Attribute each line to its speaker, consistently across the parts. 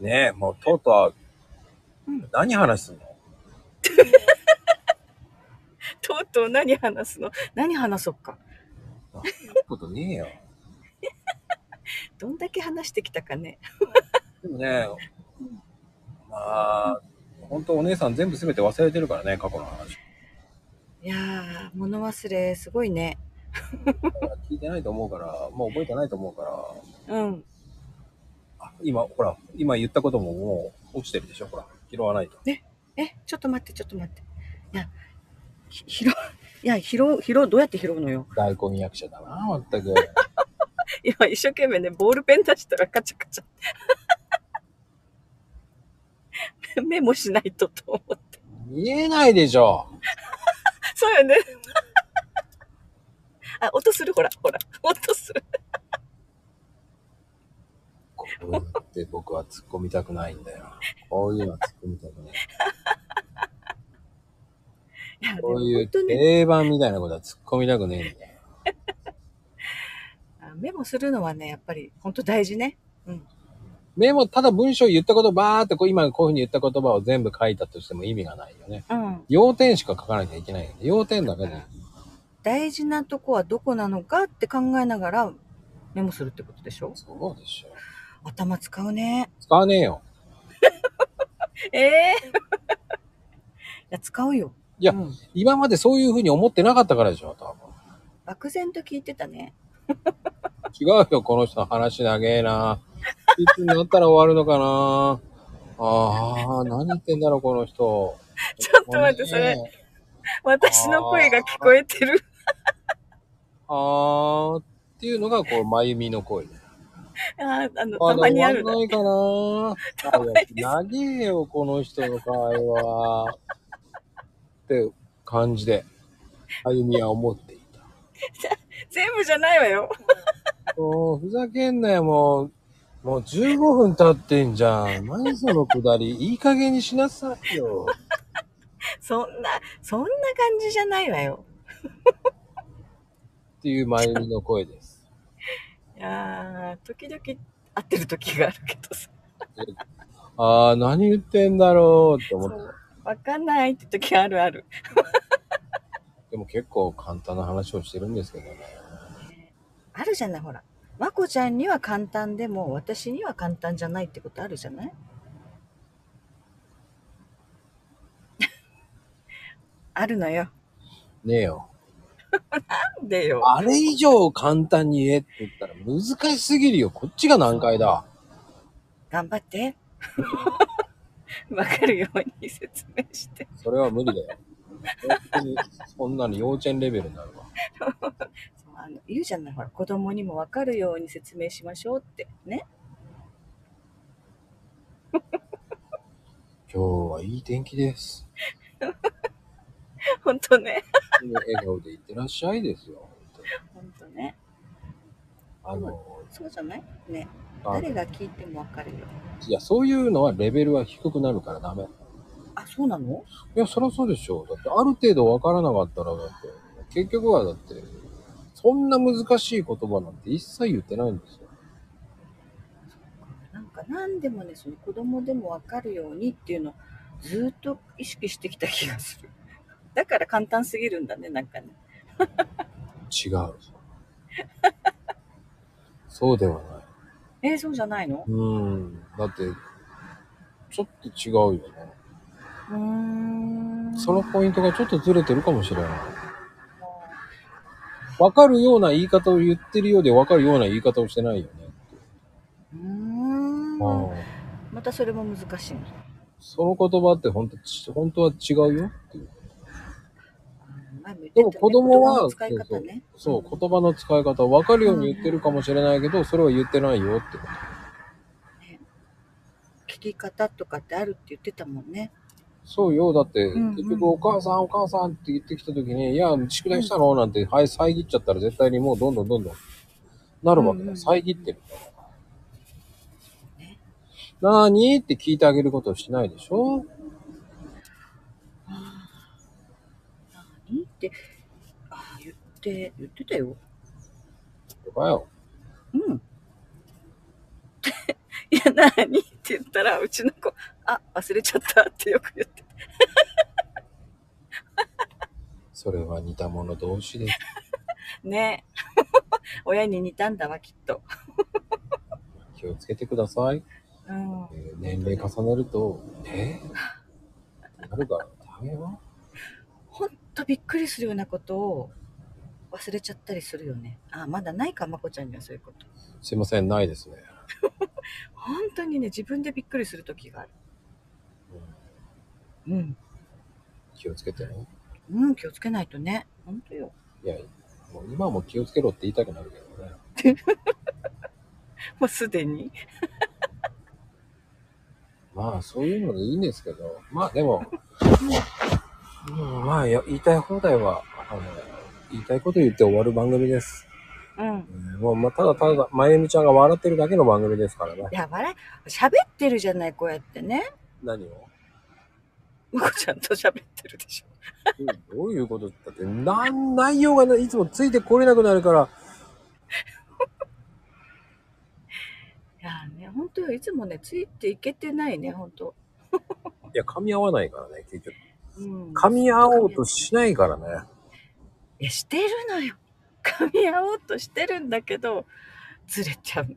Speaker 1: ねえ、もうとうとう、
Speaker 2: うん
Speaker 1: 何話すの
Speaker 2: とうとう何話すの何話そっか。
Speaker 1: そんなことねえよ。
Speaker 2: どんだけ話してきたかね。
Speaker 1: でもね、まあ、本当お姉さん全部全て忘れてるからね、過去の話。
Speaker 2: いやー、物忘れすごいね。
Speaker 1: 聞いてないと思うから、もう覚えてないと思うから、
Speaker 2: うん。
Speaker 1: あ今、ほら、今言ったことももう落ちてるでしょ、ほら、拾わないと。
Speaker 2: え、ちょっと待って、ちょっと待って。いや、ひ拾う、いや、拾う、拾う、どうやって拾うのよ。
Speaker 1: 大根役者だな、まったく。
Speaker 2: 今一生懸命ね、ボールペン出したらカチャカ チャ。メモしないとと思って。
Speaker 1: 見えないでしょ。
Speaker 2: そうよね。 あ、音する、ほら、ほら、音する。
Speaker 1: こうやって僕は突っ込みたくないんだよ。こういうのは突っ込みたくない。
Speaker 2: いや、で
Speaker 1: こ
Speaker 2: も
Speaker 1: うい
Speaker 2: 本
Speaker 1: う
Speaker 2: 当ね、
Speaker 1: 定番みたいなことは突っ込みたくねえんだよ。
Speaker 2: あメモするのはね、やっぱり本当大事ね。
Speaker 1: メモ、ただ文章言ったことばーってこう今こういうふうに言った言葉を全部書いたとしても意味がないよね。
Speaker 2: うん。
Speaker 1: 要点しか書かなきゃいけないよね。要点だけで。
Speaker 2: 大事なとこはどこなのかって考えながらメモするってことでしょ
Speaker 1: そうでしょ。
Speaker 2: 頭使うね。
Speaker 1: 使わねえよ。
Speaker 2: ええ いや、使うよ。
Speaker 1: いや
Speaker 2: うん
Speaker 1: 今までそういうふうに思ってなかったからでしょ、多分。
Speaker 2: 漠然と聞いてたね。
Speaker 1: 違うよ、この人の話長えな。いつになったら終わるのかな。ああ、何言ってんだろう、この人。
Speaker 2: ちょっと待ってそれ
Speaker 1: ね
Speaker 2: 私の声が聞こえてる。
Speaker 1: あーっていうのが、こう、まゆみの声で。
Speaker 2: あーあの、
Speaker 1: あ
Speaker 2: たまにある
Speaker 1: 終わん
Speaker 2: の。
Speaker 1: ないかな早く投げよ、この人の会話。って感じで、あゆみは思っていた。
Speaker 2: 全部じゃないわよ。
Speaker 1: もう、ふざけんなよ、もう。もう15分経ってんじゃん。何そのくだり。いい加減にしなさいよ。
Speaker 2: そんな、そんな感じじゃないわよ。
Speaker 1: っていうまゆみの声です。
Speaker 2: いやー時々合ってる時があるけどさ。
Speaker 1: ああ、何言ってんだろうって思
Speaker 2: そ
Speaker 1: って。
Speaker 2: うわかんないって時あるある。
Speaker 1: でも結構簡単な話をしてるんですけどね。
Speaker 2: あるじゃない、ほら。まこちゃんには簡単でも、私には簡単じゃないってことあるじゃない あるのよ。
Speaker 1: ねえよ。
Speaker 2: なんでよ。
Speaker 1: あれ以上簡単に言えって言ったら難しすぎるよ。こっちが難解だ。
Speaker 2: 頑張って。 わかるように説明して。
Speaker 1: それは無理だよ。本当にそんなの幼稚園レベルになるわ。
Speaker 2: そうあの言うじゃない、ほら、子供にもわかるように説明しましょうって。ね。
Speaker 1: 今日はいい天気です。
Speaker 2: ほんとね。
Speaker 1: 笑顔でいってらっしゃいですよ。
Speaker 2: ほんとね。
Speaker 1: あの、
Speaker 2: そうじゃないね。
Speaker 1: あの
Speaker 2: 誰が聞いてもわかるよ。
Speaker 1: いや、そういうのはレベルは低くなるからダメ。い
Speaker 2: あ、そうなの
Speaker 1: や、そりゃそうでしょう。だってある程度わからなかったら、だって、結局はだって、そんな難しい言葉なんて一切言ってないんですよ。
Speaker 2: なんか何でもね、その子供でもわかるようにっていうのをずーっと意識してきた気がする。 だから簡単すぎるんだね、なんかね。
Speaker 1: 違う。そうではない。
Speaker 2: えーそうじゃないの
Speaker 1: うん。だって、ちょっと違うよね。
Speaker 2: うーん。
Speaker 1: そのポイントがちょっとずれてるかもしれない。
Speaker 2: あ
Speaker 1: わかるような言い方を言ってるようでわかるような言い方をしてないよね。
Speaker 2: ーうーん。
Speaker 1: ああ
Speaker 2: またそれも難しいの。
Speaker 1: その言葉って本当ち、本当は違うよっていう。
Speaker 2: 前も言ってたね
Speaker 1: でも子供は
Speaker 2: 言葉の使い方ね。
Speaker 1: そう、言葉の使い方わかるように言ってるかもしれないけど、それは言ってないよってこ
Speaker 2: 聞き方とかってあるって言ってたもんね。
Speaker 1: と。そうよ。だって、
Speaker 2: んうん
Speaker 1: 結局お母さんお母さんって言ってきた時に、いや、宿題したのなんて、はい、遮っちゃったら絶対にもうどんどんどんどんなるわけ
Speaker 2: うんう
Speaker 1: だ。
Speaker 2: ん
Speaker 1: 遮ってる。
Speaker 2: ね
Speaker 1: なーにって聞いてあげることをしないでしょ
Speaker 2: 何って、あー言って、言ってたよ。
Speaker 1: とかよ。
Speaker 2: うん。や、なーにって言ったら、うちの子、あ、忘れちゃったってよく言って。
Speaker 1: それは似た者同士で
Speaker 2: ね 親に似たんだわ、きっと。
Speaker 1: 気をつけてください。
Speaker 2: うん。
Speaker 1: えー年齢重ねると、えー、なるからダメよ。
Speaker 2: ほんとびっくりするようなことを忘れちゃったりするよね。あ、まだないか、まこちゃんにはそういうこと。
Speaker 1: すいません、ないですね。
Speaker 2: 本当にね、自分でびっくりする時がある。
Speaker 1: うん
Speaker 2: うん。
Speaker 1: 気をつけてね。
Speaker 2: うん、気をつけないとね。本当よ。
Speaker 1: いや、もう今も気をつけろって言いたくなるけどね。
Speaker 2: もうすでに。
Speaker 1: まあ、そういうのでいいんですけど、まあでも、うん、まあや、言いたい放題は、あの、言いたいこと言って終わる番組です。
Speaker 2: うん。
Speaker 1: うんもう、まあ、ただただ、まゆみちゃんが笑ってるだけの番組ですからね。
Speaker 2: いや、笑い、喋ってるじゃない、こうやってね。
Speaker 1: 何を
Speaker 2: まこちゃんと喋ってるでしょ。
Speaker 1: うんどういうことだって、なん、内容がね、いつもついてこれなくなるから、
Speaker 2: いやーね、本当よ。いつもね、ついていけてないね、本当。
Speaker 1: いや、噛み合わないからね、結局。
Speaker 2: うん。
Speaker 1: 噛み合おうとしないからね。
Speaker 2: いや、してるのよ。噛み合おうとしてるんだけど、ずれちゃう。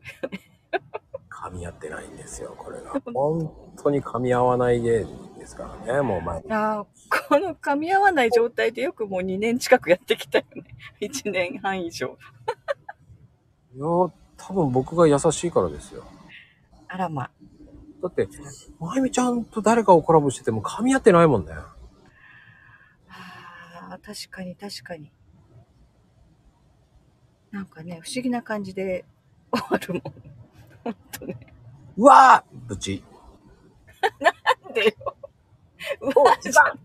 Speaker 1: 噛み合ってないんですよ、これが。本当に噛み合わない芸人ですからね、もう前に。
Speaker 2: あーこの噛み合わない状態でよくもう2年近くやってきたよね。1年 半以上。
Speaker 1: いやー、多分僕が優しいからですよ。
Speaker 2: あらま。
Speaker 1: だって、まゆみちゃんと誰かをコラボしてても噛み合ってないもんね。
Speaker 2: あー確かに確かに。なんかね、不思議な感じで終わるもん。本当ね。
Speaker 1: うわーぶち。
Speaker 2: なんでよ。うわ、
Speaker 1: 時間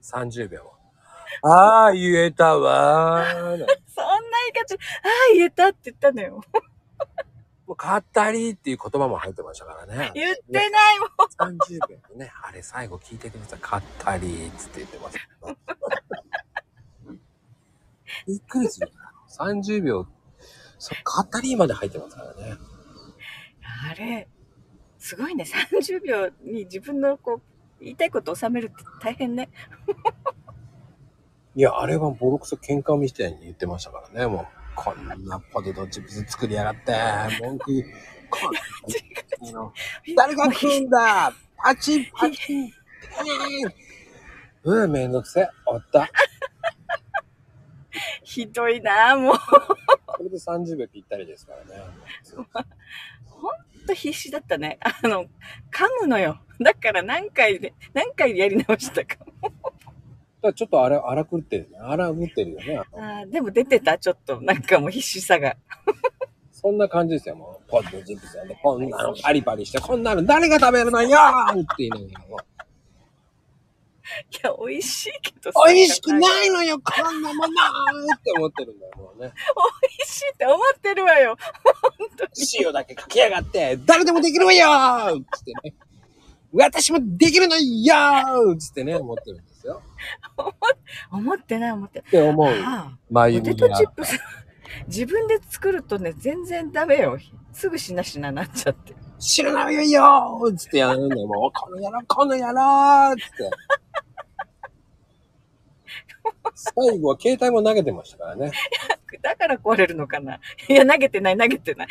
Speaker 1: !30 秒。あー、言えたわー。も
Speaker 2: そんな言い方、ああ、言えたって言ったのよ。
Speaker 1: う、かったりっていう言葉も入ってましたから ね。
Speaker 2: 言ってないもん。
Speaker 1: 30秒のね、あれ最後聞いてください。買ったりーっつって言ってますけど。びっくりする。30秒、そ買ったりーまで入ってますからね。
Speaker 2: あれ、すごいね。30秒に自分のこう、言いたいことを収めるって大変ね。
Speaker 1: いや、あれはボロクソ喧嘩みたいに言ってましたからね。もう、こんなポテトチップス作りやがって、文句言う、こんなの、誰が食うんだパチンパチン、うん、めんどくせえ、おった。
Speaker 2: ひどいなあもう。
Speaker 1: これで30秒ぴったりですからね。
Speaker 2: ほんと必死だったね。あの、噛むのよ。だから何回で、何回でやり直したか。
Speaker 1: だからちょっと荒荒くってるね。荒ぶってるよね。
Speaker 2: あーでも出てた、ちょっと。なんかもう必死さが。
Speaker 1: そんな感じですよ。もう、ポンとジップスやって、こんなのパリパリして、こんなの誰が食べるのよーって言いながらも
Speaker 2: いや、美味しいけど
Speaker 1: う、美味しくない
Speaker 2: 美
Speaker 1: いのよ、こんなものーって思ってるんだよ、もうね。
Speaker 2: 味しいって思ってるわよ。
Speaker 1: 塩だけかけやがって、誰でもできるわよーつってね。私もできるのよーつってね、思ってるんですよ。
Speaker 2: 思ってない、思ってない。
Speaker 1: って思う。
Speaker 2: ああ、
Speaker 1: まゆ
Speaker 2: ポ
Speaker 1: み
Speaker 2: テ
Speaker 1: が
Speaker 2: トチップス。自分で作るとね、全然ダメよ。すぐしなしななっちゃって。
Speaker 1: 知らないよーつってやるんだよ。もう、この野郎、この野郎つって。最後は携帯も投げてましたからね。
Speaker 2: だから壊れるのかな。いや、投げてない、投げてない。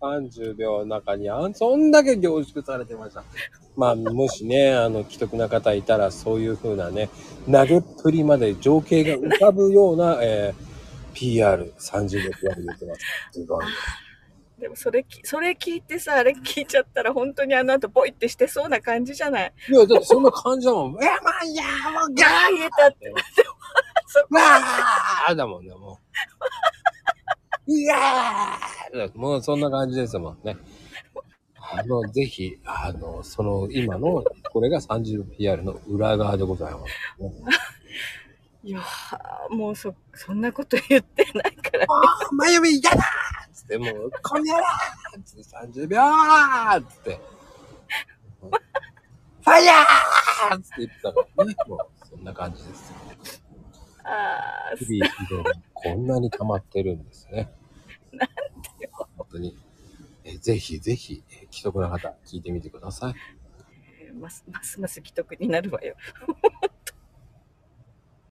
Speaker 1: 30秒の中にあん、そんだけ凝縮されてました。まあ、もしね、あの、既得な方いたら、そういう風なね、投げっぷりまで情景が浮かぶような、えー、PR、30秒 PR 言ってます。すごい。
Speaker 2: でもそれき、それ聞いてさ、あれ聞いちゃったら本当にあの後ボイってしてそうな感じじゃない
Speaker 1: いや、だってそんな感じだもん。え、まあ、いやー、もう、ガ
Speaker 2: ああ、言えたって。
Speaker 1: ー、わーだもんね、もう。いやーもうそんな感じですもんね。あの、ぜひ、あの、その、今の、これが 30PR の裏側でございます。
Speaker 2: いやーもうそ、そんなこと言ってないから。
Speaker 1: ああ、眉毛嫌だーつって、もう、こんにゃらーつって、30秒ーつって、ファイヤーつって言ってたからね、もう、そんな感じですよ。
Speaker 2: あー
Speaker 1: 日々、日々こんなに溜まってるんですね。なんてよ。本当に。えーぜひぜひ、えー既得な方、聞いてみてください。
Speaker 2: ますますます既得になるわよ。